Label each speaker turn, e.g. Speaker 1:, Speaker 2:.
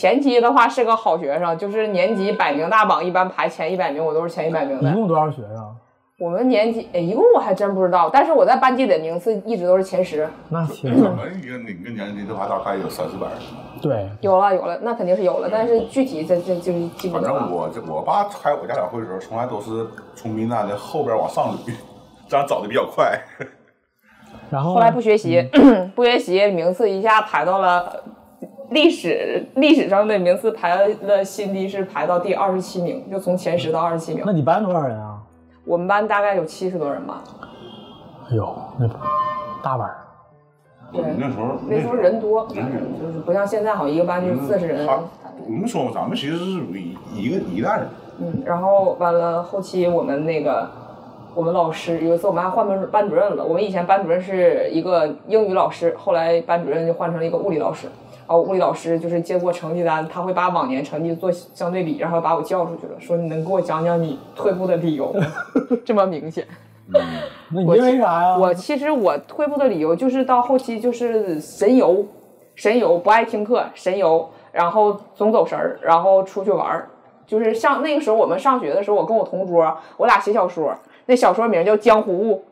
Speaker 1: 前期的话是个好学生，就是年
Speaker 2: 嗯
Speaker 1: 级百名大榜一般排前一百名，我都是前一百名
Speaker 3: 一
Speaker 1: 的。
Speaker 3: 共多少学啊生？
Speaker 1: 我们年级，哎，一共我还真不知道，但是我在班级里的名次一直都是前十。
Speaker 3: 那挺
Speaker 1: 嗯
Speaker 2: 我们一个哪个年级的话，大概有三四班儿。
Speaker 3: 对，
Speaker 1: 有了，有了，那肯定是有了，但是具体这这就是记不
Speaker 2: 反
Speaker 1: 得
Speaker 2: 正
Speaker 1: 了。
Speaker 2: 嗯我这我爸开我家两会的时候，从来都是从名单的后边往上捋，这样找的比较快。
Speaker 3: 然后
Speaker 1: 后来不学习，
Speaker 2: 嗯
Speaker 1: 不学习，名次一下排到了呃历史历史上的名次排了新低是排到第二十七名，就从前十到二十七名
Speaker 2: 嗯
Speaker 3: 那。你班多少人啊？
Speaker 1: 我们班大概有七十多人吧，
Speaker 3: 哎呦，那大班儿，
Speaker 2: 我们那时候
Speaker 1: 那时候人多，
Speaker 2: 人多嗯
Speaker 1: 就是不像现在好像一个班就四十人。
Speaker 2: 他我们说嘛，咱们其实是属于一个一代人，
Speaker 1: 嗯，然后完了，后期我们那个我们老师有一次我们还换班班主任了。我们以前班主任是一个英语老师，后来班主任就换成了一个物理老师。然后物理老师就是接过成绩单，他会把往年成绩做相对比，然后把我叫出去了，说你能给我讲讲你退步的理由吗？这么明显。嗯
Speaker 3: 那你因为啥呀？
Speaker 1: 我其实我退步的理由就是到后期就是神游，神游不爱听课，神游，然后总走神儿，然后出去玩儿。就是像那个时候我们上学的时候，我跟我同桌，我俩写小说，那小说名叫《江湖物》，